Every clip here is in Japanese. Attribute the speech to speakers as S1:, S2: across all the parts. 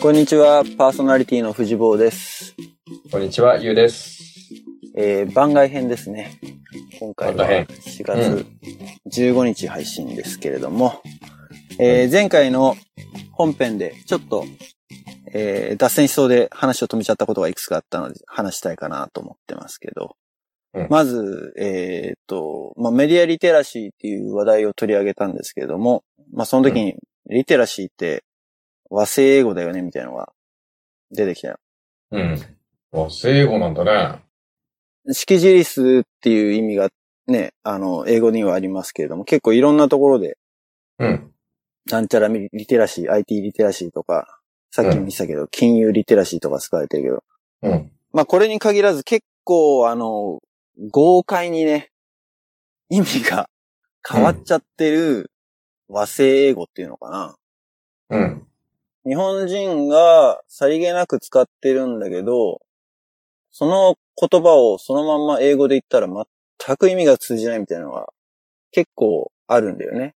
S1: こんにちは、パーソナリティの藤坊です。
S2: こんにちは、ゆうです。
S1: えー、番外編ですね。今回は
S2: 番外
S1: 4月15日配信ですけれども、えー前回の本編でちょっと、えー脱線しそうで話を止めちゃったことがいくつかあったので話したいかなと思ってますけど、
S2: うん
S1: まず、えーっと、まあ、メディアリテラシーっていう話題を取り上げたんですけれども、まあ、その時に、リテラシーって和製英語だよねみたいなのが出てきたよ
S2: うん。あ、生語なんだね。
S1: 識字率っていう意味がね、あの、英語にはありますけれども、結構いろんなところで、
S2: うん。
S1: なんちゃらリテラシー、IT リテラシーとか、さっきも言ってたけど、金融リテラシーとか使われてるけど、
S2: うん。
S1: まあこれに限らず結構あの、豪快にね、意味が変わっちゃってる和製英語っていうのかな。
S2: うん。
S1: 日本人がさりげなく使ってるんだけど、その言葉をそのまんま英語で言ったら全く意味が通じないみたいなのが結構あるんだよね。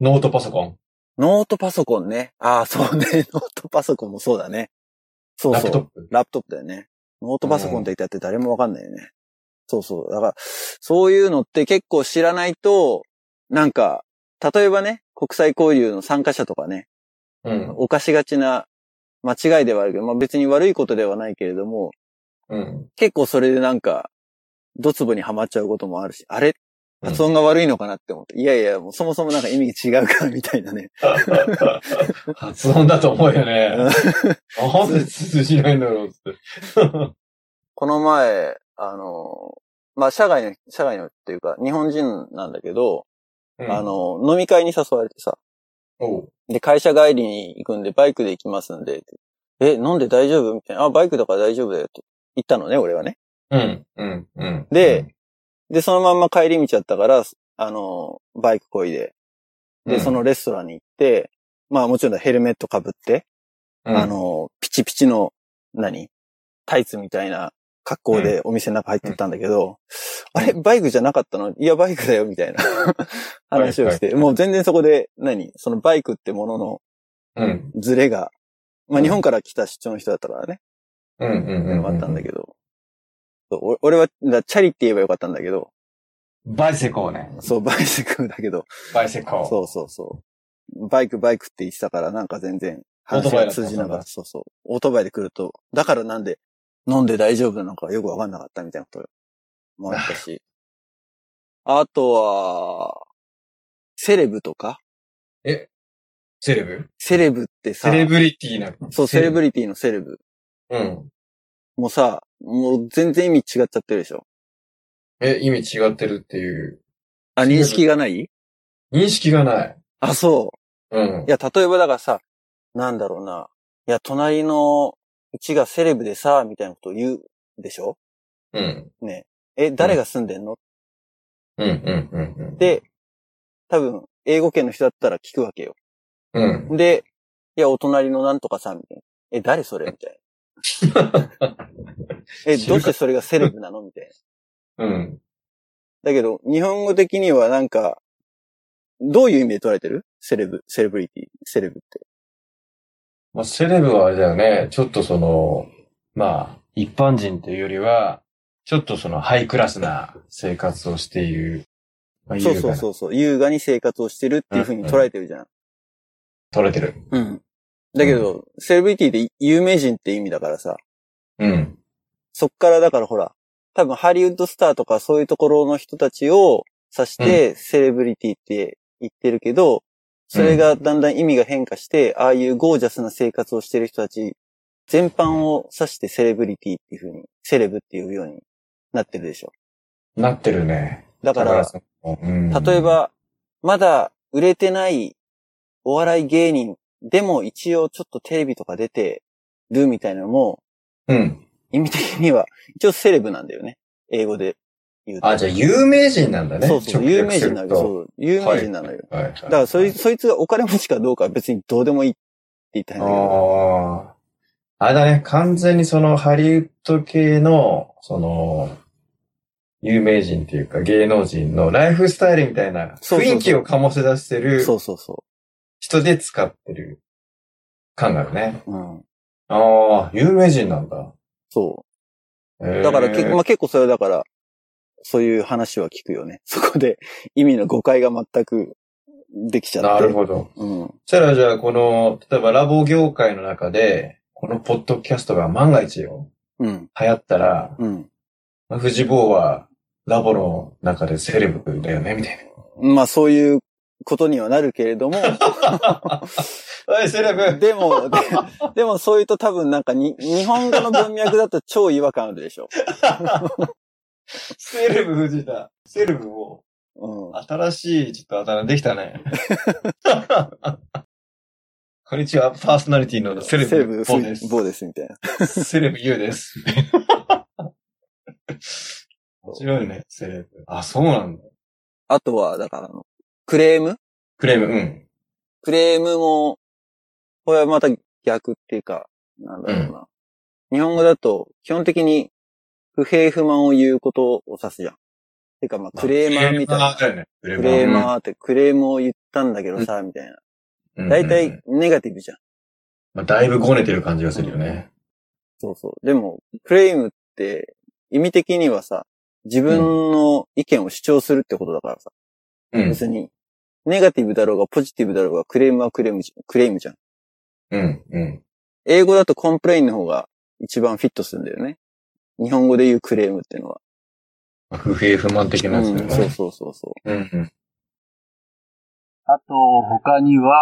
S2: ノートパソコン。
S1: ノートパソコンね。ああ、そうね。 ノートパソコンもそうだね。そう
S2: ラッ
S1: そ
S2: プトッ
S1: う。
S2: プ。
S1: ラップトップだよね。ノートパソコンって言ったって誰もわかんないよね。そうそう。だから、そういうのって結構知らないと、なんか、例えばね、国際交流の参加者とかね、
S2: うん。
S1: 犯しがちな間違いではあるけど、まあ別に悪いことではないけれども、
S2: うん。
S1: 結構それでなんか、ドツボにはまっちゃうこともあるし、あれ
S2: うん
S1: 発音が悪いのかなって思って、いやいや、もうそもそもなんか意味が違うからみたいなね。
S2: 発音だと思うよね。
S1: うん
S2: なんで通じないんだろうって。
S1: この前、あの、まあ社外の、社外のっていうか、日本人なんだけど、
S2: うん
S1: あ、の、飲み会に誘われてさ、
S2: おう
S1: で、会社帰りに行くんで、バイクで行きますんで、ってえ、飲んで大丈夫みたいな、あ、バイクだから大丈夫だよ、と言ったのね、俺はね。
S2: うん。うん。うん。
S1: で、で、そのまんま帰り道だったから、あの、バイクこいで、で、
S2: うん
S1: その、レストランに行って、まあもちろんヘルメットかぶって、
S2: うん
S1: あ、の、ピチピチの、何タイツみたいな格好でお店の中入ってったんだけど、
S2: うん
S1: あれバイクじゃなかったのいや、バイクだよ、みたいな 話をして、もう全然そこで、何そのバイクってものの
S2: うん。
S1: ズレが、まあ日本から来た出張の人だったからね、
S2: うん。うん。
S1: よかったんだけど、そうお俺は、だチャリって言えばよかったんだけど、
S2: ど。バイセコーね。
S1: そう、バイセクだけど、
S2: バイセコー。
S1: そうそうそう。バイク、バイクって言ってたから、なんか全然話が通じなかった。そうそう。オートバイで来ると、だからなんで、飲んで大丈夫なのかよくわかんなかったみたいなこともあったし。 あとは、セレブとか
S2: え、セレブ
S1: セレブってさ
S2: セ、レブリティな。
S1: そう、セレブ
S2: リ
S1: リティのセレブ
S2: うん。
S1: もさ、もう全然意味違っちゃってるでしょ
S2: え、意味違ってるっていう。
S1: あ、
S2: セレブ
S1: 認識がない
S2: 認識がない。
S1: あ、そう。
S2: うん
S1: い。や、例えばだからさ、なんだろうな。いや、隣のうちがセレブでさ、みたいなことを言うでしょ
S2: うん。
S1: ねえ。え、誰が住んでんのっ
S2: うん。うん。うん。うん、
S1: て、多分、英語圏の人だったら聞くわけよ。
S2: うん。
S1: で、いや、お隣のなんとかさん、みたいな。え、誰それみたい な。え、
S2: 知るか
S1: どうしてそれがセレブなのみたいな。
S2: うん。
S1: だけど、日本語的にはなんか、どういう意味で取られてるセレブ、セレブリティ、セレブって。
S2: まあ、セレブはあれだよね。ちょっとその、まあ、一般人というよりは、ちょっとそのハイクラスな生活をしている。まあ、
S1: そうそう
S2: う。
S1: そうそう。優雅に生活をしてるっていう風に捉えてるじゃん。
S2: 取れてる。
S1: うん。だけど、セレブリティで有名人って意味だからさ、
S2: うん。
S1: そっからだからほら、多分ハリウッドスターとかそういうところの人たちを指してセレブリティって言ってるけど、それがだんだん意味が変化して、ああいうゴージャスな生活をしてる人たち全般を指してセレブリティっていう風に、セレブっていうようになってるでしょ。
S2: なってるね。
S1: だから、
S2: そのうん
S1: 例え、ば、まだ売れてないお笑い芸人でも一応ちょっとテレビとか出てるみたいなのも、
S2: うん。
S1: 意味的には一応セレブなんだよね。英語で言うと。
S2: あ、じゃあ有名人なんだね。
S1: そうそう、
S2: 直
S1: 有
S2: 訳
S1: 名
S2: す
S1: 人
S2: る
S1: な
S2: と
S1: のよ。そう、有名人なのよ。
S2: はい。はい。
S1: だからそい、
S2: つ。
S1: そいつがお金持ちかどうかは別にどうでもいいって言いたいんだけど。
S2: ああ。あれだね。完全にそのハリウッド系の、その、有名人っていうか芸能人のライフスタイルみたいな
S1: そうそうそう
S2: 雰囲気を醸し出してる
S1: そうそうそ
S2: 人で使ってる感があるね。
S1: う。うん。
S2: ああ、有名人なんだ。
S1: そ
S2: え
S1: う。
S2: ー
S1: だから結構、まあ、結構それはだから、そういう話は聞くよね。 そこで意味の誤解が全くできちゃって。
S2: なるほど。
S1: うん。
S2: そしたらじゃあ、この、例えばラボ業界の中で、このポッドキャストが万が一よ、
S1: うん。
S2: 流行ったら、
S1: うん。
S2: まあ、富士坊はラボの中でセレブだよね、みたい
S1: まあそういうことにはなるけれど も、
S2: な。おい、セレブ
S1: でも、ででもそういうと多分なんかに、日本語の文脈だと超違和感あるでしょ。
S2: セレブ富士だ。セレブを、
S1: うん。
S2: 新しい、ちょっとあだ名できたね。こんにちは、パーソナリティのセレブ、ボ
S1: そう
S2: ン
S1: で。
S2: ですす。
S1: 棒です、みたいな。
S2: セレブ U です。面白いね、セレブ。あ、そうなんだ。
S1: あとは、だからあの、クレーム
S2: クレーム、うん。
S1: クレームも、これはまた逆っていうか、なんだろうな。日本語だと、基本的に、不平不満を言うことを指すじゃん。てか、まあ、クレーマーみたいな。
S2: クレーマーだよね。クレ
S1: クレーマーって、クレームを言ったんだけどさ、みたいな。
S2: ー
S1: 大
S2: うんうんう
S1: 体
S2: ん、
S1: ネガティブじゃん。
S2: まあ、だいぶごねてる感じがするよね。
S1: そうそう。でも、クレームって、意味的にはさ、自分の意見を主張するってことだからさ。
S2: うん。
S1: 別に、ネガティブだろうが、ポジティブだろうが、クレームはクレームじゃん、クレームじゃん。
S2: うん。うん。
S1: 英語だとコンプレインの方が一番フィットするんだよね。日本語で言うクレームっていうのは。
S2: まあ不平不満的なやつだ
S1: うん、そ
S2: よ
S1: う
S2: ね。
S1: そうそうそう。
S2: うんうん。
S3: あと、他には、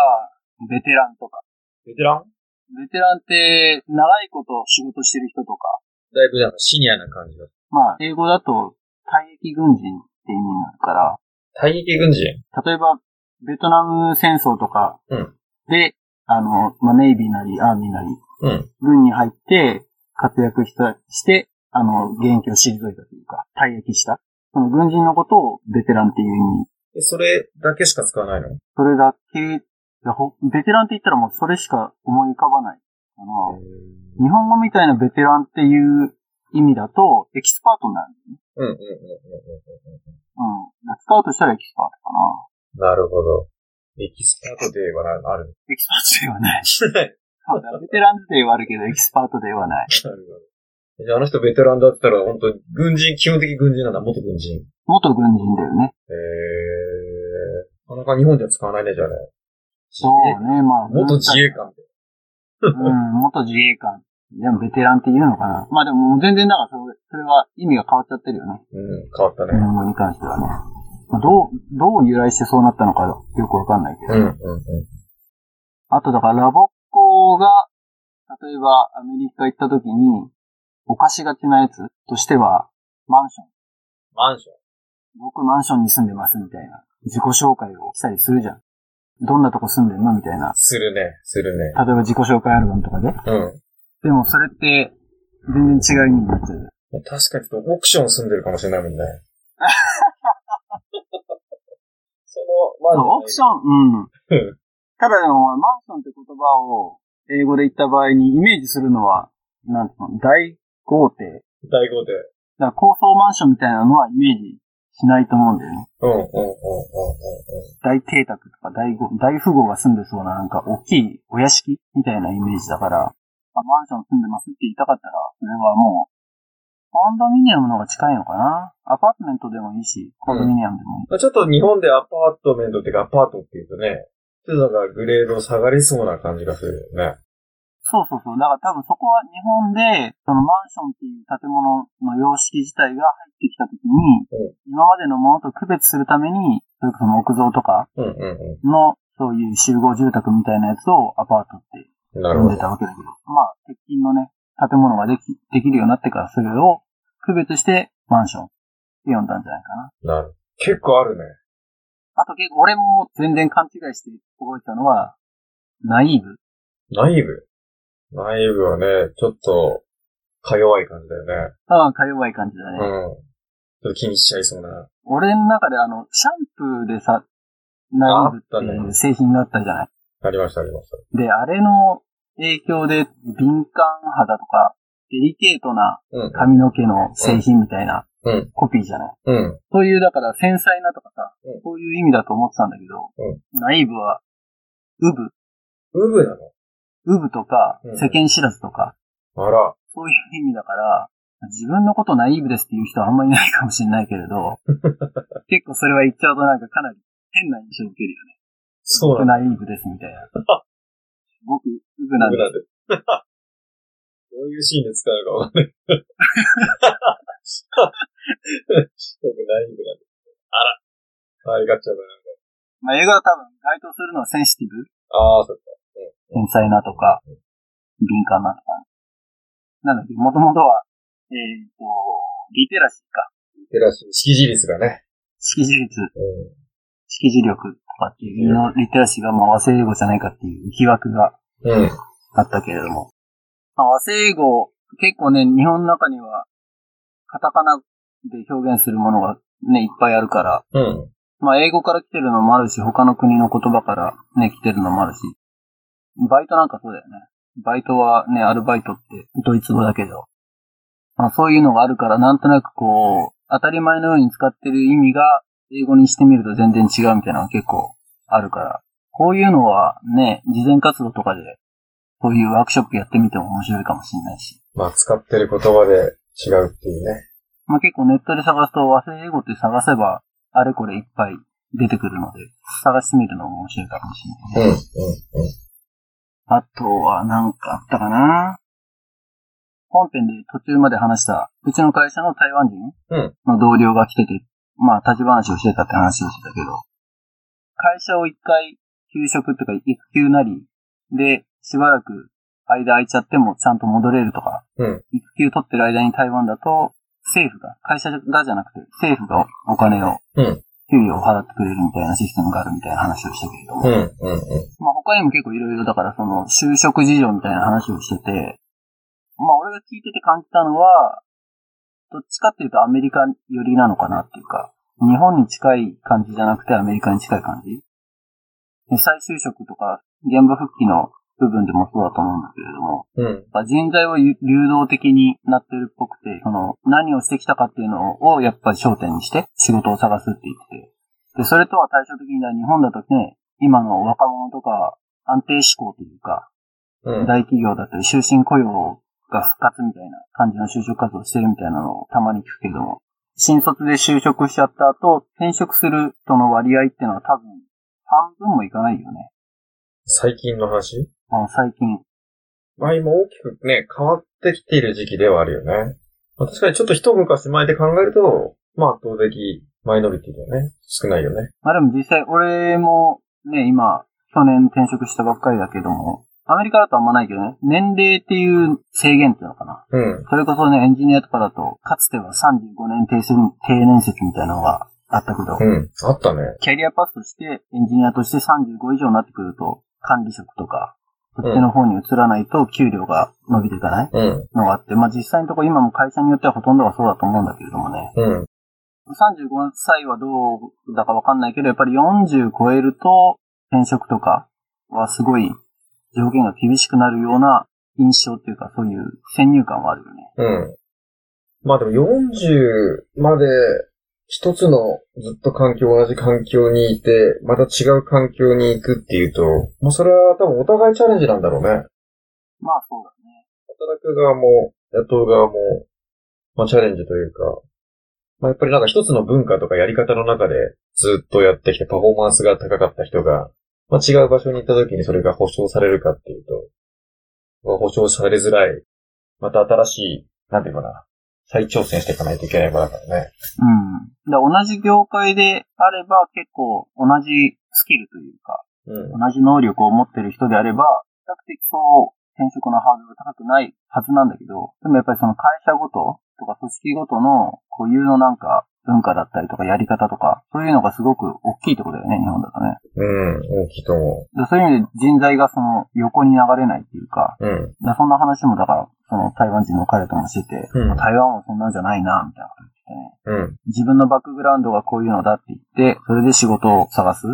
S3: ベテランとか。
S4: ベテラン
S3: ベテランって、長いこと仕事してる人とか、
S4: だいぶなんかシニアな感じだ。
S3: まあ、英語だと、退役軍人って意味になるから、
S4: 退役軍人
S3: 例えば、ベトナム戦争とか
S4: うん
S3: で、あの、まあ、ネイビーなり、アーミーなり、
S4: うん。
S3: 軍に入って、活躍した、して、あの、現役を退いたというか、退役した。その軍人のことをベテランっていう意味。
S4: え、それだけしか使わないの
S3: それだけ、ほベテランって言ったらもうそれしか思い浮かばないかな。日本語みたいなベテランっていう意味だと、エキスパートになる。
S4: うんうんうんうん
S3: うん。使うとしたらエキスパートかな。
S4: うん。なるほど。エキスパートデーはなある。
S3: エキスパートではない。
S4: なる
S3: そうだ、ベテランではあるけど、エキスパートではない。
S4: ほど。じゃああの人ベテランだったら本当に軍人、基本的に軍人なんだ、元軍人。へえ。
S3: 元軍人だよね。
S4: なかなか日本では使わないね、じゃあね。
S3: そうね、まあ。
S4: 元自衛官って。
S3: うん、元自衛官。でもベテランって言うのかな。まあでももう全然だからそれ、それは意味が変わっちゃってるよね。
S4: うん、変わった
S3: 日
S4: ね。
S3: 本語に関してはね。まあどう、どう由来してそうなったのかよくわかんないけど。
S4: うん、うん、うん。
S3: あとだからラボっ子が、例えばアメリカ行った時に、おかしがちなやつとしては、マンション。
S4: マンション。
S3: 僕マンションに住んでますみたいな。自己紹介をしたりするじゃん。どんなとこ住んでんのみたいな。
S4: するね、するね。
S3: 例えば自己紹介アルバムとかで。
S4: うん。
S3: でもそれって、全然違う意味になっちゃう。
S4: 確かにちょっとオークション住んでるかもしれないもんね。 その、
S3: そう、オークション、う。
S4: うん
S3: ただでも、マンションって言葉を英語で言った場合にイメージするのは、なんていうの、大豪邸。
S4: ン大豪邸。
S3: だから高層マンションみたいなのはイメージしないと思うんだよね。
S4: うん、うん、うん、うん、うん。
S3: 大邸宅とか大豪大富豪が住んでそうななんか大きいお屋敷みたいなイメージだから、あマンション住んでますって言いたかったら、それはもう、コンドミニアムの方が近いのかなアパートメントでもいいし、コンドミニアムでもいい。
S4: まあ、ちょっと日本でアパートメントっていうかアパートっていうとね、ちょっとなんかグレード下がりそうな感じがするよね。
S3: そうそうそう。だから多分そこは日本で、そのマンションっていう建物の様式自体が入ってきたときに、
S4: う
S3: 今までのものと区別するために、それこそ木造とか
S4: うん、う
S3: の、そういう集合住宅みたいなやつをアパートって
S4: ん、うん。なる
S3: 呼んで
S4: ほ
S3: た
S4: ど。
S3: わけだけど、まあ、鉄筋のね、建物ができ、できるようになってからそれを区別してマンションって呼んだんじゃないかな。
S4: なる結構あるね。
S3: あと結構俺も全然勘違いして覚えてたのは、ナイーブ。
S4: 内部。内部はね、ちょっと、か弱い感じだよね。
S3: ああ、か弱い感じだね。
S4: うん。ちょっと気にしちゃいそうな。
S3: 俺の中であの、シャンプーでさ、ナイーブって
S4: あった
S3: い
S4: ね
S3: う製品があったじゃない。
S4: ありました、ありました。
S3: で、あれの影響で敏感肌とか、デリケートな
S4: うん。
S3: 髪の毛の製品みたいな
S4: うん
S3: コピーじゃない。
S4: うん。
S3: そういう、だから繊細なとかさ
S4: うん、
S3: そういう意味だと思ってたんだけど、ナイーブは、ウブ。
S4: ウブなの
S3: ウブとか
S4: うん、
S3: 世間知らずとか、
S4: あら。
S3: そういう意味だから、自分のことナイーブですっていう人はあんまりいないかもしれないけれ ど、結構それは言っちゃうとなんかかなり変な印象を受けるよね。
S4: そう
S3: 僕
S4: なんだ。
S3: ナイーブですみたいな。僕、ウブなんで
S4: 僕なんで。 どういうシーンで使うかわかん ない。僕ナイーブなんで。あら。可愛がっちゃうかな。
S3: まあ、映画は多分該当するのはセンシティブ
S4: ああ、そっか。
S3: 繊細なとか、敏感なとか。なんだっけ、もともとは、えっ、と、リテラシーか。
S4: テラシー、識字率がね。
S3: 識字率、
S4: うん。
S3: 識字力とかっていうの、リテラシーがまあ和製英語じゃないかっていう疑惑が
S4: うん。
S3: あったけれども。まあ、和製英語、結構ね、日本の中には、カタカナで表現するものがね、いっぱいあるから、
S4: うん。
S3: まあ、英語から来てるのもあるし、他の国の言葉からね、来てるのもあるし、バイトなんかそうだよね。バイトはね、アルバイトってドイツ語だけど、まあ、そういうのがあるから、なんとなくこう、当たり前のように使ってる意味が、英語にしてみると全然違うみたいなのが結構あるから、こういうのはね、事前活動とかで、こういうワークショップやってみても面白いかもしれないし、
S4: まあ、使ってる言葉で違うっていうね。
S3: まあ、結構ネットで探すと和製英語って探せば、あれこれいっぱい出てくるので、探してみるのも面白いかもしれない。
S4: うん。うん。うん。
S3: あとはなんかあったかな本編で途中まで話した、うちの会社の台湾人
S4: うん
S3: の同僚が来てて、まあ、立ち話をしてたって話をしてたけど、会社を一回休職とか育休なり、で、しばらく間空いちゃってもちゃんと戻れるとか、
S4: うん
S3: 育休取ってる間に台湾だと、政府が、会社がじゃなくて、政府がお金を、
S4: うん
S3: 給与を払ってくれるみたいなシステムがあるみたいな話をしたけれども、
S4: うん。うん。うん。
S3: まあ他にも結構いろいろだからその就職事情みたいな話をしてて、まあ俺が聞いてて感じたのは、どっちかっていうとアメリカ寄りなのかなっていうか、日本に近い感じじゃなくてアメリカに近い感じ。で再就職とか現場復帰の部分でもそうだと思うんだけれども、
S4: うん。
S3: やっぱ人材は流動的になってるっぽくて、その何をしてきたかっていうのをやっぱり焦点にして仕事を探すって言ってて。で、それとは対照的に日本だとね、今の若者とか安定志向というか、
S4: うん。
S3: 大企業だったり終身雇用が復活みたいな感じの就職活動してるみたいなのをたまに聞くけども、新卒で就職しちゃった後、転職する人の割合っていうのは多分半分もいかないよね。
S4: 最近の話
S3: あ最近。
S4: まあ今大きくね、変わってきている時期ではあるよね。まあ、確かにちょっと一昔前で考えると、まあ圧倒的マイノリティだよね。少ないよね。
S3: まあでも実際、俺もね、今、去年転職したばっかりだけども、アメリカだとあんまないけどね、年齢っていう制限っていうのかな。
S4: うん。
S3: それこそね、エンジニアとかだと、かつては35年定数定年説みたいなのがあったけど、
S4: うん。あったね。
S3: キャリアパスとして、エンジニアとして35以上になってくると、管理職とか、そっちの方に移らないと給料が伸びていかない
S4: うん。
S3: のがあって、まあ実際のところ今も会社によってはほとんどがそうだと思うんだけれどもね。
S4: うん。
S3: 35歳はどうだかわかんないけど、やっぱり40超えると、転職とかはすごい条件が厳しくなるような印象っていうか、そういう先入観はあるよね。
S4: うん。まあでも40まで一つのずっと環境、同じ環境にいて、また違う環境に行くっていうと、もうそれは多分お互いチャレンジなんだろうね。
S3: まあそうだね。
S4: 働く側も、雇う側も、まあ、チャレンジというか、まあ、やっぱりなんか一つの文化とかやり方の中でずっとやってきてパフォーマンスが高かった人が、まあ、違う場所に行った時にそれが保証されるかっていうと、まあ保証されづらい、また新しい、なんていうかな、再挑戦していかないといけない場だからね。
S3: うん。だから同じ業界であれば結構同じスキルというか、
S4: うん。
S3: 同じ能力を持ってる人であれば、比較的そう、転職のハードルが高くないはずなんだけど、でもやっぱりその会社ごととか組織ごとの固有のなんか文化だったりとかやり方とか、そういうのがすごく大きいところだよね、日本だとね。
S4: うん、大きいと思
S3: でそういう意味で人材がその横に流れないっていうか、
S4: う。うん。
S3: だそんな話もだから、その台湾人の彼ともしてて、
S4: うん
S3: 台湾はそんなんじゃないな、みたいなこと言っててね。
S4: うん。
S3: 自分のバックグラウンドがこういうのだって言って、それで仕事を探す。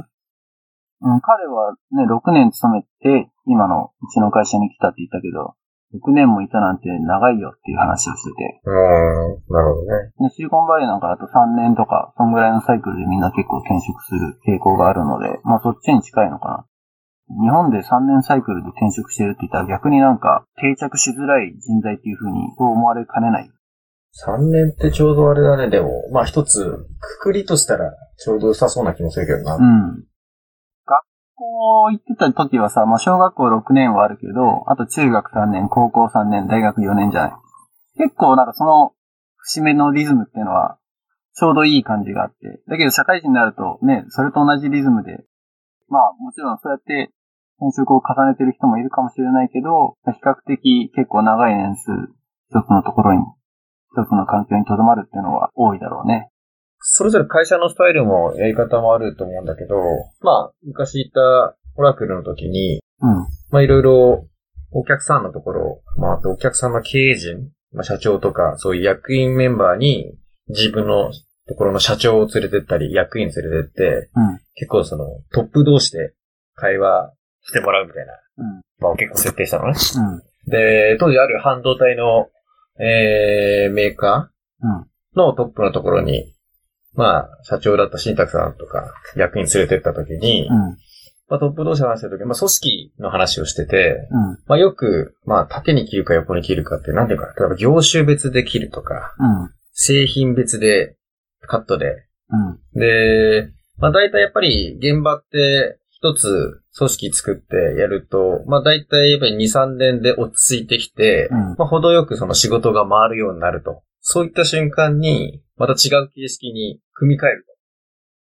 S3: うん、彼はね、6年勤めて、今のうちの会社に来たって言ったけど、6年もいたなんて長いよっていう話をしてて、
S4: ああ、なるほどね。
S3: でシリコンバレーなんかだと3年とか、そんぐらいのサイクルでみんな結構転職する傾向があるので、まあそっちに近いのかな。日本で3年サイクルで転職してるって言ったら逆になんか定着しづらい人材っていう風にそう思われかねない。
S4: 3年ってちょうどあれだね、でも。まあ一つ、くくりとしたら、ちょうど良さそうな気もするけどな。
S3: うん。学校行ってた時はさ、まあ小学校6年はあるけど、あと中学3年、高校3年、大学4年じゃない。結構なんかその節目のリズムっていうのはちょうどいい感じがあって。だけど社会人になるとね、それと同じリズムで、まあもちろんそうやって転職を重ねてる人もいるかもしれないけど、比較的結構長い年数、一つのところに、一つの環境に留まるっていうのは多いだろうね。
S4: それぞれ会社のスタイルもやり方もあると思うんだけど、まあ、昔行ったオラクルの時に、
S3: うん。
S4: まあいろいろお客さんのところ、まああとお客さんの経営陣、まあ社長とか、そういう役員メンバーに自分のところの社長を連れてったり、役員連れてって、
S3: うん
S4: 結構そのトップ同士で会話してもらうみたいな
S3: うん。
S4: 場を結構設定したのね。
S3: うん。
S4: で、当時ある半導体の、えー、メーカーのトップのところに、まあ、社長だった新宅さんとか、役員連れてった時に、
S3: うん。
S4: まあ、トップ同士の話した時、まあ、組織の話をしてて、
S3: うん。
S4: まあ、よく、まあ、縦に切るか横に切るかって、なんていうか、例えば業種別で切るとか、
S3: うん。
S4: 製品別で、カットで、
S3: うん。
S4: で、まあ大体やっぱり現場って一つ組織作ってやると、まあ大体やっぱり2、3年で落ち着いてきて、
S3: うん
S4: まあ程よくその仕事が回るようになると。そういった瞬間に、また違う形式に組み替える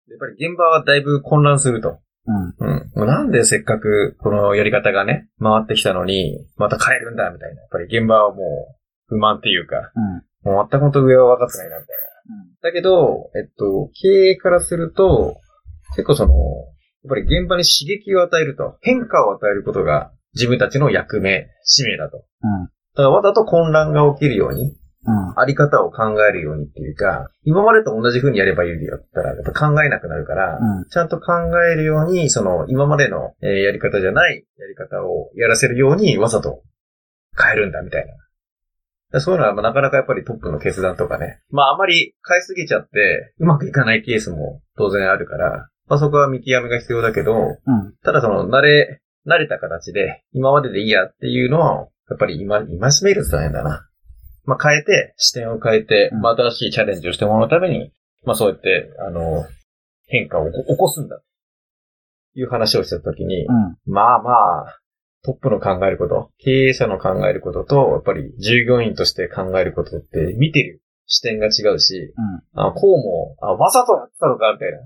S4: と。やっぱり現場はだいぶ混乱すると。
S3: うん。
S4: うん。もうなんでせっかくこのやり方がね、回ってきたのに、また変えるんだ、みたいな。やっぱり現場はもう不満っていうか、
S3: うん。
S4: もう全く本当上は分かってないな、みたいな。だけど、えっと、経営からすると、結構その、やっぱり現場に刺激を与えると、変化を与えることが自分たちの役目、使命だと。
S3: うん。
S4: だからわざと混乱が起きるように、
S3: うん。
S4: あり方を考えるようにっていうか、今までと同じ風にやればいいよって言ったら、やっぱ考えなくなるから、
S3: うん。
S4: ちゃんと考えるように、その、今までの、えーやり方じゃないやり方をやらせるように、わざと変えるんだ、みたいな。だからそういうのは、まあなかなかやっぱりトップの決断とかね。まあ、あまり変えすぎちゃって、うまくいかないケースも当然あるから、まあ、そこは見極めが必要だけど、
S3: うん。
S4: ただその、慣れ、慣れた形で、今まででいいやっていうのは、やっぱり今、今しめるって大変だな。まあ、変えて、視点を変えて、
S3: うん
S4: まあ、新しいチャレンジをしてもらうために、まあ、そうやって、あの、変化を起こ起こすんだ。いう話をしたときに、
S3: うん。
S4: まあまあ、トップの考えること、経営者の考えることと、やっぱり従業員として考えることって、見てる視点が違うし、
S3: うん。
S4: あ、こうも、あ、わざとやったのか、みたいな。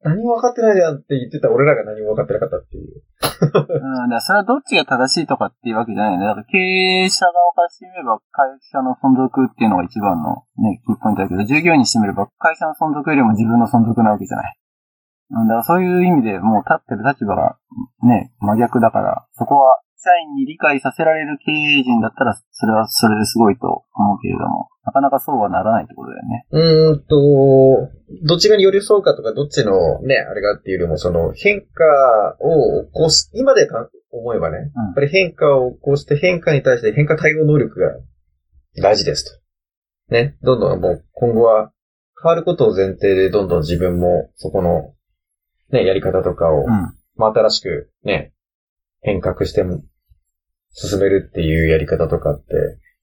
S4: 何も分かってないじゃんって言ってた俺らが何も分かってなかったっていう。
S3: うん。だからそれはどっちが正しいとかっていうわけじゃないよね。だから経営者側からしてみれば会社の存続っていうのが一番のね、キーポイントだけど、従業員にしてみれば会社の存続よりも自分の存続なわけじゃない。うん、だからそういう意味でもう立ってる立場がね、真逆だから、そこは社員に理解させられる経営陣だったら、それはそれですごいと思うけれども、なかなかそうはならないってことだよね。
S4: うーんと、どっちが寄り添うかとか、どっちのね、あれがっていうよりも、その変化を起こす、今でか思えばね、やっぱり変化を起こして変化に対して変化対応能力が大事ですと。ね、どんどんもう今後は変わることを前提で、どんどん自分もそこの、ね、やり方とかを
S3: うん。
S4: まあ、新しくね、変革しても進めるっていうやり方とかって、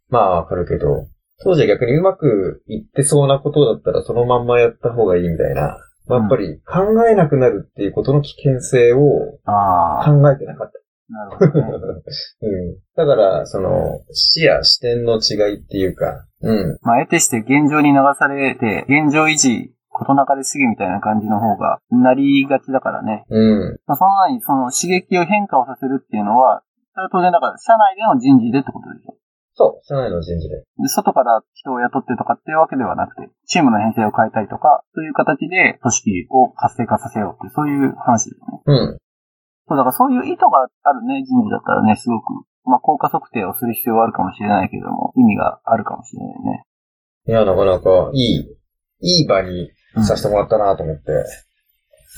S4: まあわかるけど、当時は逆にうまくいってそうなことだったらそのまんまやった方がいいみたいな、まあ、やっぱり考えなくなるっていうことの危険性を
S3: ああ、
S4: 考えてなかった。
S3: なるほ ど、ね。
S4: うん、だから、その、視野、視点の違いっていうか、うん。
S3: まあ、得てして現状に流されて、現状維持、ことなかれ主義みたいな感じの方がなりがちだからね。
S4: うん。
S3: まあ、その前にその刺激を変化をさせるっていうのは、それは当然だから、社内での人事でってことでしょ。
S4: そう、社内の人事で。
S3: で外から人を雇ってとかっていうわけではなくて、チームの編成を変えたりとか、そういう形で組織を活性化させようって、そういう話ですね。
S4: うん。
S3: そう、だからそういう意図があるね、人事だったらね、すごく、まあ、効果測定をする必要はあるかもしれないけども、意味があるかもしれないね。
S4: いや、なかなかいい、いい場にさせてもらったなと思って。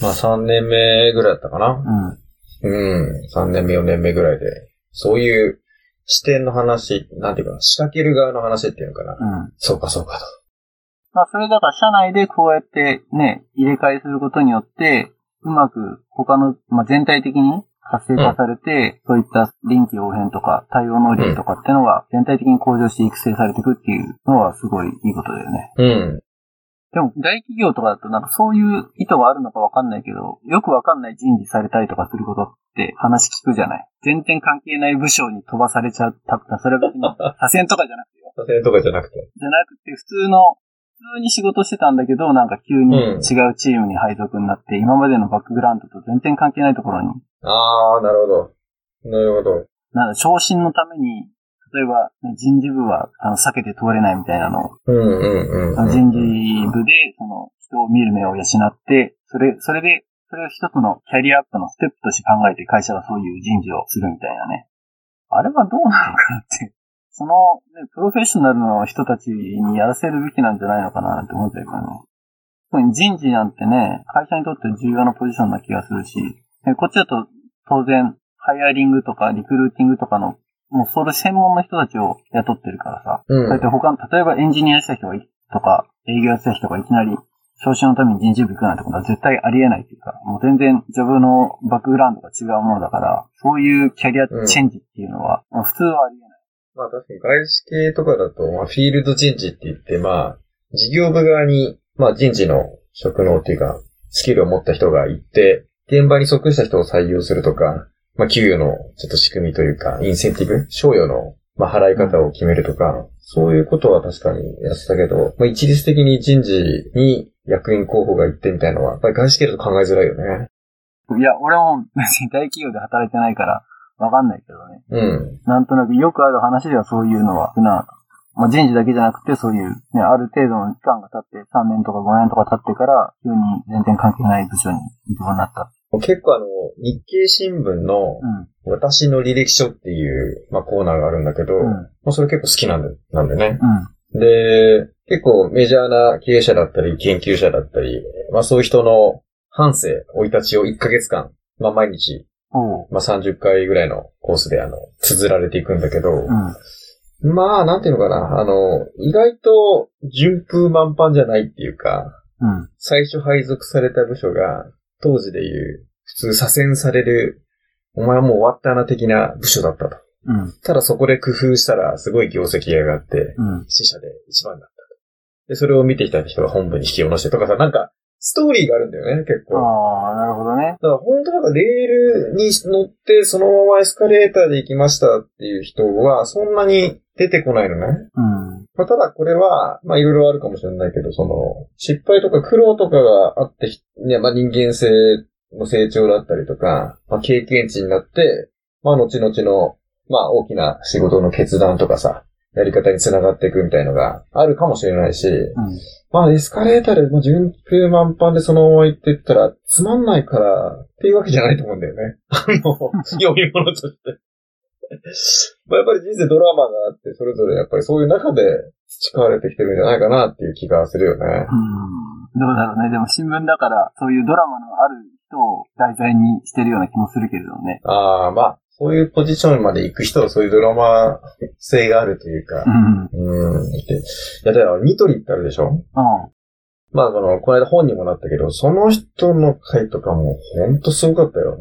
S4: まあ3年目ぐらいだったかな。
S3: うん。
S4: うん。3年目、4年目ぐらいで。そういう視点の話、なんていうかな、仕掛ける側の話っていうのかな。
S3: うん。
S4: そうか、そうかと。
S3: まあ、それだから社内でこうやってね、入れ替えすることによって、うまく他の、まあ、全体的に活性化されて、そういった臨機応変とか対応能力とかってのが全体的に向上して育成されていくっていうのはすごいいいことだよね。
S4: うん。
S3: でも大企業とかだとなんかそういう意図があるのかわかんないけど、よくわかんない人事されたりとかすることって話聞くじゃない全然関係ない部署に飛ばされちゃった。 それは別に左遷とかじゃなくてよ。
S4: 撮影とかじゃなくて。
S3: じゃなくて、普通の、普通に仕事してたんだけど、なんか急に違
S4: うん
S3: うチームに配属になって、今までのバックグラウンドと全然関係ないところに、
S4: あー、なるほど。なるほど。
S3: なんだ、昇進のために、例えば、ね人事部はあの避けて通れないみたいなのを、
S4: うんうんうん。
S3: 人事部で、その、人を見る目を養って、それ、それで、それを一つのキャリアアップのステップとして考えて会社がそういう人事をするみたいなね。あれはどうなのかなって。その、ね、プロフェッショナルの人たちにやらせるべきなんじゃないのかなって思っちゃうからね。特に人事なんてね、会社にとって重要なポジションな気がするし、ねこっちだと当然、ハイアリングとかリクルーティングとかの、もうそれ専門の人たちを雇ってるからさ、
S4: う
S3: そうやって
S4: ん。
S3: 他の、例えばエンジニアやってた人がいとか、営業やってた人がいきなり、昇進のために人事部行くなんてことは絶対ありえないっていうか、もう全然ジョブのバックグラウンドが違うものだから、そういうキャリアチェンジっていうのは、もう普通はありえない。
S4: まあ確かに外資系とかだと、まあフィールド人事って言って、まあ、事業部側に、まあ人事の職能っていうか、スキルを持った人がいて、現場に即した人を採用するとか、まあ給与のちょっと仕組みというか、インセンティブ、賞与の、まあ払い方を決めるとか、そういうことは確かにやってたけど、まあ一律的に人事に役員候補が行ってみたいのは、やっぱり外資系だと考えづらいよね。
S3: いや、俺も別に大企業で働いてないから、わかんないけどね。
S4: うん。
S3: なんとなくよくある話ではそういうのは、な、まあ、人事だけじゃなくてそういう、ね、ある程度の期間が経って、3年とか5年とか経ってから、急に全然関係ない部署に行くようになった。
S4: 結構あの、日経新聞の
S3: うん。
S4: 私の履歴書っていう、まあ、コーナーがあるんだけど、
S3: うん。
S4: まあ、それ結構好きなんだなんだよね。
S3: うん。
S4: で、結構メジャーな経営者だったり、研究者だったり、まあ、そういう人の半生、生い立ちを1ヶ月間、まあ、毎日、
S3: おう。
S4: まあ、30回ぐらいのコースで、あの、綴られていくんだけど、
S3: うん。
S4: まあ、なんていうのかな、あの、意外と順風満帆じゃないっていうか、
S3: うん。
S4: 最初配属された部署が、当時でいう、普通左遷される、お前はもう終わったな的な部署だったと。
S3: うん。
S4: ただそこで工夫したら、すごい業績が上がって、
S3: うん。
S4: 死者で一番だったと。で、それを見てきた人が本部に引き下ろしてとかさ、なんか、ストーリーがあるんだよね、結構。
S3: ああ、なるほどね。
S4: だから本当なんかレールに乗って、そのままエスカレーターで行きましたっていう人は、そんなに出てこないのね。
S3: うん。
S4: まあ、ただこれは、まあいろいろあるかもしれないけど、その、失敗とか苦労とかがあってひ、ね、まあ人間性の成長だったりとか、まあ経験値になって、まあ後々の、まあ大きな仕事の決断とかさ、やり方につながっていくみたいのがあるかもしれないし、
S3: うん。
S4: まあエスカレーターで、まあ順風満帆でそのまま行ってったら、つまんないから、っていうわけじゃないと思うんだよね。あの、読み物として。 まあやっぱり人生ドラマがあって、それぞれやっぱりそういう中で培われてきてるんじゃないかなっていう気がするよね
S3: う。ん。どうだろうね。でも新聞だから、そういうドラマのある人を題材にしてるような気もするけれどね。
S4: ああ、まあ、そういうポジションまで行く人はそういうドラマ性があるというか
S3: う、ん。うん。
S4: うん、って。いや、だからニトリってあるでしょまあ、この、この間本にもなったけど、その人の回とかも、ほんとすごかったよ。も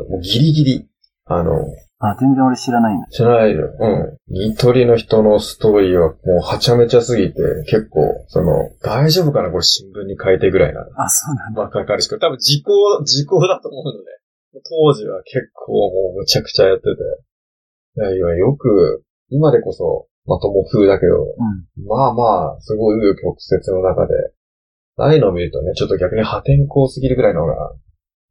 S4: う、もうギリギリ。あの、
S3: あ、全然俺知らないんだ。
S4: 知らないよ。うん。ニトリの人のストーリーは、もうはちゃめちゃすぎて、結構、その、大丈夫かなこれ新聞に書いてぐらいな。
S3: あ、そうなんだ。
S4: まあ、かかるし、多分時効、時効だと思うので、当時は結構もうむちゃくちゃやってて。いや、今よく、今でこそ、まとも風だけど、
S3: うん。
S4: まあまあ、すごい紆余曲折の中で、ああいうのを見るとね、ちょっと逆に破天荒すぎるぐらいのが、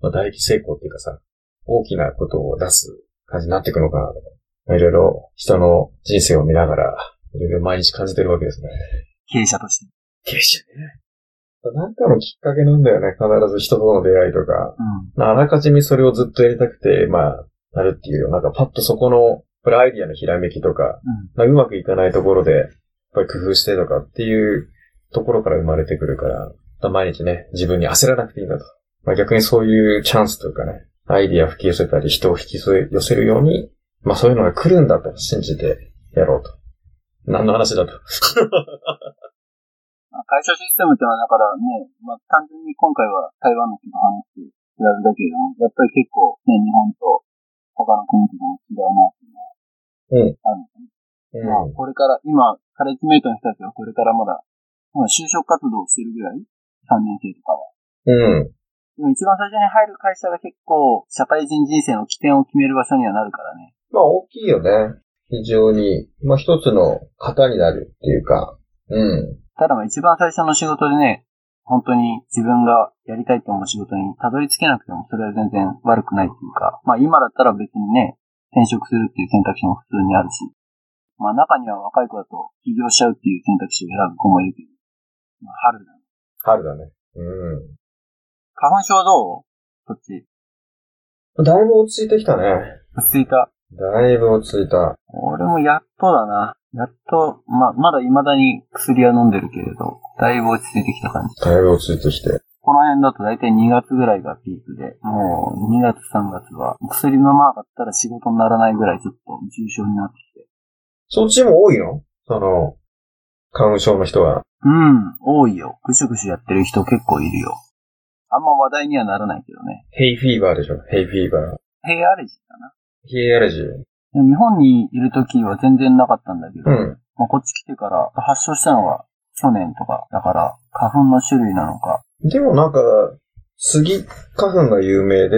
S4: まあ、大成功っていうかさ、大きなことを出す感じになっていくのかなとか、まあいろいろ人の人生を見ながら、いろいろ毎日感じてるわけですね。
S3: 経営者として。
S4: 経営者ね。なんかのきっかけなんだよね、必ず人との出会いとか。
S3: うん。
S4: まああらかじめそれをずっとやりたくて、まあ、なるっていうよりはなんかパッとそこの、これアイディアのひらめきとか、まあうまくいかないところで、やっぱり工夫してとかっていうところから生まれてくるから、まあ毎日ね、自分に焦らなくていいんだと。まあ逆にそういうチャンスというかね、アイディアを吹き寄せたり、人を引き寄せるように、まあそういうのが来るんだと信じてやろうと。何の話だと。
S3: まあ会社システムってのは、だからね、まあ単純に今回は台湾の人の話って比べだけれども、やっぱり結構ね、日本と他の国との違うなっていうのは
S4: うん。
S3: あるんですね。
S4: う
S3: まあ、
S4: ん。
S3: これから、今、カレッジメイトの人たちはこれからまだ、今就職活動をしてるぐらい ?3 年生とかは。でも
S4: うん。
S3: 一番最初に入る会社が結構、社会人人生の起点を決める場所にはなるからね。
S4: まあ大きいよね。非常に。まあ一つの型になるっていうか。うん。
S3: ただまあ一番最初の仕事でね、本当に自分がやりたいと思う仕事にたどり着けなくてもそれは全然悪くないっていうか、まあ今だったら別にね、転職するっていう選択肢も普通にあるし、まあ中には若い子だと起業しちゃうっていう選択肢を選ぶ子もいるけど、まあ春だね。
S4: 春だね。うん。
S3: 花粉症どうそっち。
S4: だいぶ落ち着いてきたね。
S3: 落ち着いた。
S4: だいぶ落ち着いた。
S3: 俺もやっとだな。やっと、まあ、まだ未だに薬は飲んでるけれど、だいぶ落ち着いてきた感じ。
S4: だいぶ落ち着いてきて。
S3: この辺だと大体2月ぐらいがピークで、もう2月3月は薬飲まなかったら仕事にならないぐらいちょっと重症になってきて。
S4: そっちも多いのその、花粉症の人は。
S3: うん、多いよ。ぐしゅぐしゅやってる人結構いるよ。あんま話題にはならないけどね。
S4: ヘイフィーバーでしょヘイフィーバー。
S3: ヘイアレジーかな。
S4: ヘイアレジー。
S3: 日本にいる時は全然なかったんだけど、
S4: うん。
S3: まあ、こっち来てから発症したのは去年とかだから、花粉の種類なのか。
S4: でもなんか、杉花粉が有名で、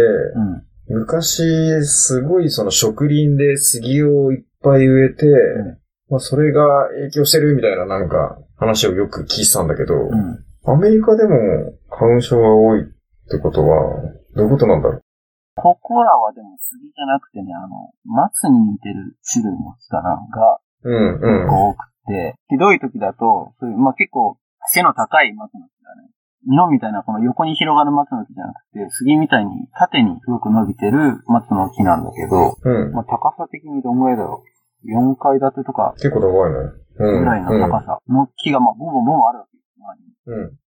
S3: うん。
S4: 昔、すごいその植林で杉をいっぱい植えて、
S3: ん
S4: まあそれが影響してるみたいななんか話をよく聞いてたんだけど、
S3: うん。
S4: アメリカでも花粉症が多いってことは、どういうことなんだろう
S3: ここらはでも杉じゃなくてね、あの、松に似てる種類の木かな、が
S4: うん、う
S3: 結
S4: ん。
S3: 構多くて、ひどい時だと、そういう、まあ、結構背の高い松の木だね。日本みたいなこの横に広がる松の木じゃなくて、杉みたいに縦にすごく伸びてる松の木なんだけど、
S4: うん。
S3: まあ、高さ的にどんぐらいだろう。4階建てとか
S4: 結構高いね。
S3: ぐ
S4: うん。
S3: らいの高さの木がまあ、ボンボンボンボンあるわけですよ。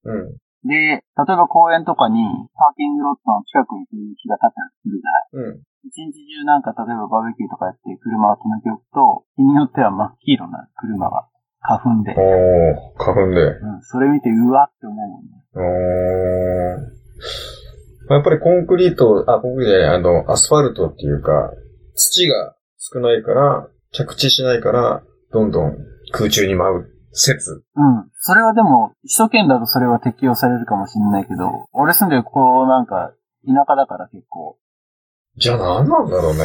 S3: 周りに
S4: うん。うん。
S3: で、例えば公園とかに、パーキングロットの近くにそういう木が立ってたりするじゃない
S4: うん。
S3: 一日中なんか、例えばバーベキューとかやって車を止めておくと、日によっては真っ黄色な車が花粉で、
S4: おー、花粉で。
S3: うん、それ見てうわって思うもんね。
S4: おー。まあやっぱりコンクリート、あ、コンクリートじゃない、あの、アスファルトっていうか、土が少ないから、着地しないから、どんどん空中に舞う説。
S3: うん。それはでも、首都圏だとそれは適用されるかもしれないけど、俺住んでるここなんか、田舎だから結構。
S4: じゃあ何なんだろうね。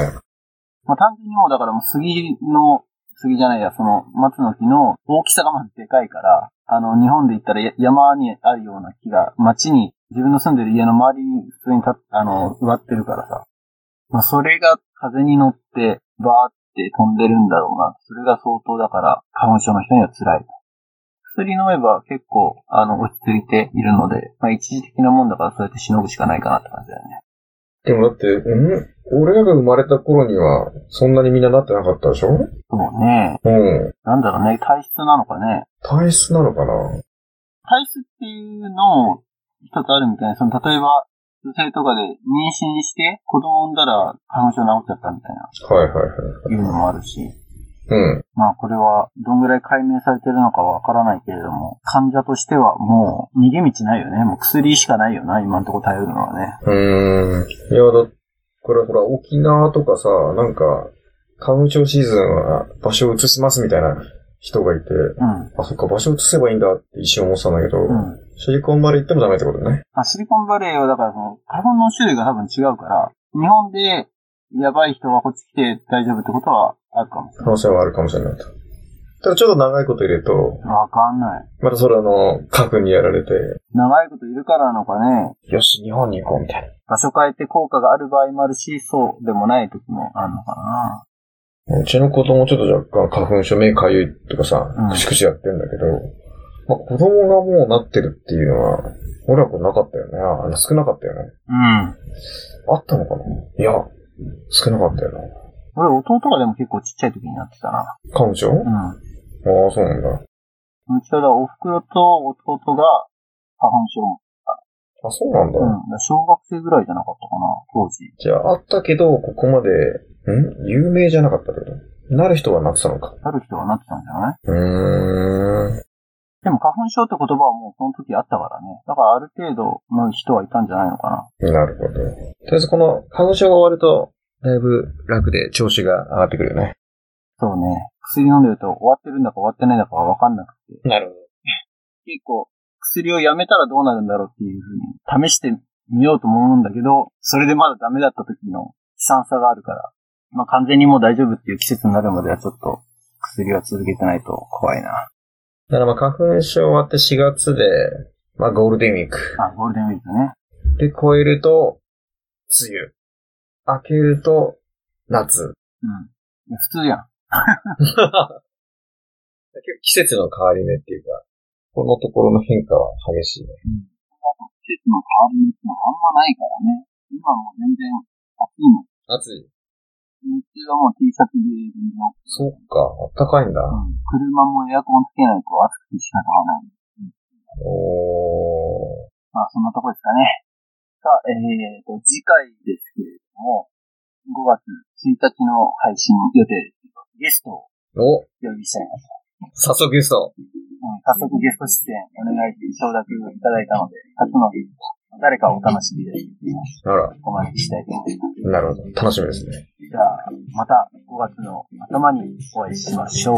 S3: まあ単純にもうだからもう杉の、杉じゃないや、その松の木の大きさがまずでかいから、あの、日本で言ったらや山にあるような木が街に、自分の住んでる家の周りに普通に立っあの、植わってるからさ。まあそれが風に乗って、バーって飛んでるんだろうな。それが相当だから、花粉症の人には辛い。薬飲めば結構、あの、落ち着いているので、まあ一時的なもんだからそうやってしのぐしかないかなって感じだよね。
S4: でもだって、うん俺らが生まれた頃には、そんなにみんななってなかったでしょ
S3: そうね。
S4: うん。
S3: なんだろうね、体質なのかね。
S4: 体質なのかな
S3: 体質っていうのも一つあるみたいな、その例えば、女性とかで妊娠して子供産んだら花粉症治っちゃったみたいな、
S4: はいはいはい。
S3: いうのもあるし、
S4: うん。
S3: まあこれはどんぐらい解明されてるのかはわからないけれども、患者としてはもう逃げ道ないよね。もう薬しかないよな、今のところ頼るのはね。
S4: うーん。いや、だ、これほら、沖縄とかさ、なんか、花粉症シーズンは場所を移しますみたいな人がいて、
S3: う
S4: あ、そっか、場所移せばいいんだって一瞬思ってたんだけど、
S3: ん。うん。
S4: シリコンバレー行ってもダメってことね。
S3: まあシリコンバレーはだからその花粉の種類が多分違うから、日本でやばい人はこっち来て大丈夫ってことはあるかもしれ
S4: 可能性はあるかもしれないと。ただちょっと長いこと入れると、
S3: ない。わかんない。
S4: またそれあの、花粉にやられて、
S3: 長いこといるからなのかね、
S4: よし、日本に行こうみたいな。
S3: 場所変えて効果がある場合もあるし、そうでもない時もあるのかな。
S4: うちの子供ちょっと若干花粉症目かゆいとかさ
S3: うん、
S4: くしくしやってんだけど、まあ子供がもうなってるっていうのは、俺らこれなかったよね。あの少なかったよね。
S3: うん。
S4: あったのかないや、少なかったよな。
S3: 俺、弟がでも結構ちっちゃい時になってたな。
S4: 花粉症あ
S3: うん。
S4: あ、そうなんだ。
S3: うちはだからお袋と弟が花粉症。
S4: あ、そうなんだ。
S3: うん。だから小学生ぐらいじゃなかったかな、当時。
S4: じゃあ、あったけど、ここまで、ん有名じゃなかったってことなる人はなってたのか。
S3: ある人はなってたんじゃないう
S4: ーん。
S3: でも花粉症って言葉はもうその時あったからね。だからある程度の人はいたんじゃないのかな。
S4: なるほど。とりあえずこの花粉症が終わると、だいぶ楽で調子が上がってくるよね。
S3: そうね。薬飲んでると終わってるんだか終わってないんだかわかんなくて。
S4: なるほど。
S3: 結構、薬をやめたらどうなるんだろうっていうふうに試してみようと思うんだけど、それでまだダメだった時の悲惨さがあるから、まあ完全にもう大丈夫っていう季節になるまではちょっと薬は続けてないと怖いな。
S4: だからまあ花粉症終わって4月で、まあゴールデンウィーク。
S3: あ、ゴールデンウィークね。
S4: で、超えると、梅雨。明けると、夏。
S3: うん。普通やん。
S4: 結構季節の変わり目っていうか、このところの変化は激しいね。
S3: 季節の変わり目ってのはあんまないからね。今はもう全然暑いもん。
S4: 暑い。
S3: 日中はもう T シャツで全然
S4: そっか、あったかいんだ。
S3: うん車もエアコンつけないと暑くて仕方がない。
S4: おー。
S3: まあ、そんなとこですかね。さあ、えーと、次回ですけれども、5月1日の配信予定ですけど、ゲストをお
S4: お
S3: 呼びしたいなと。
S4: 早速ゲス
S3: う
S4: ト。
S3: ん早速ゲスト出演お願い、承諾いただいたので、初のゲスト、誰かお楽しみで、
S4: あら、
S3: お待ちしたいと思います。
S4: なるほど。楽しみですね。
S3: じゃあ、また5月の頭にお会いしましょう。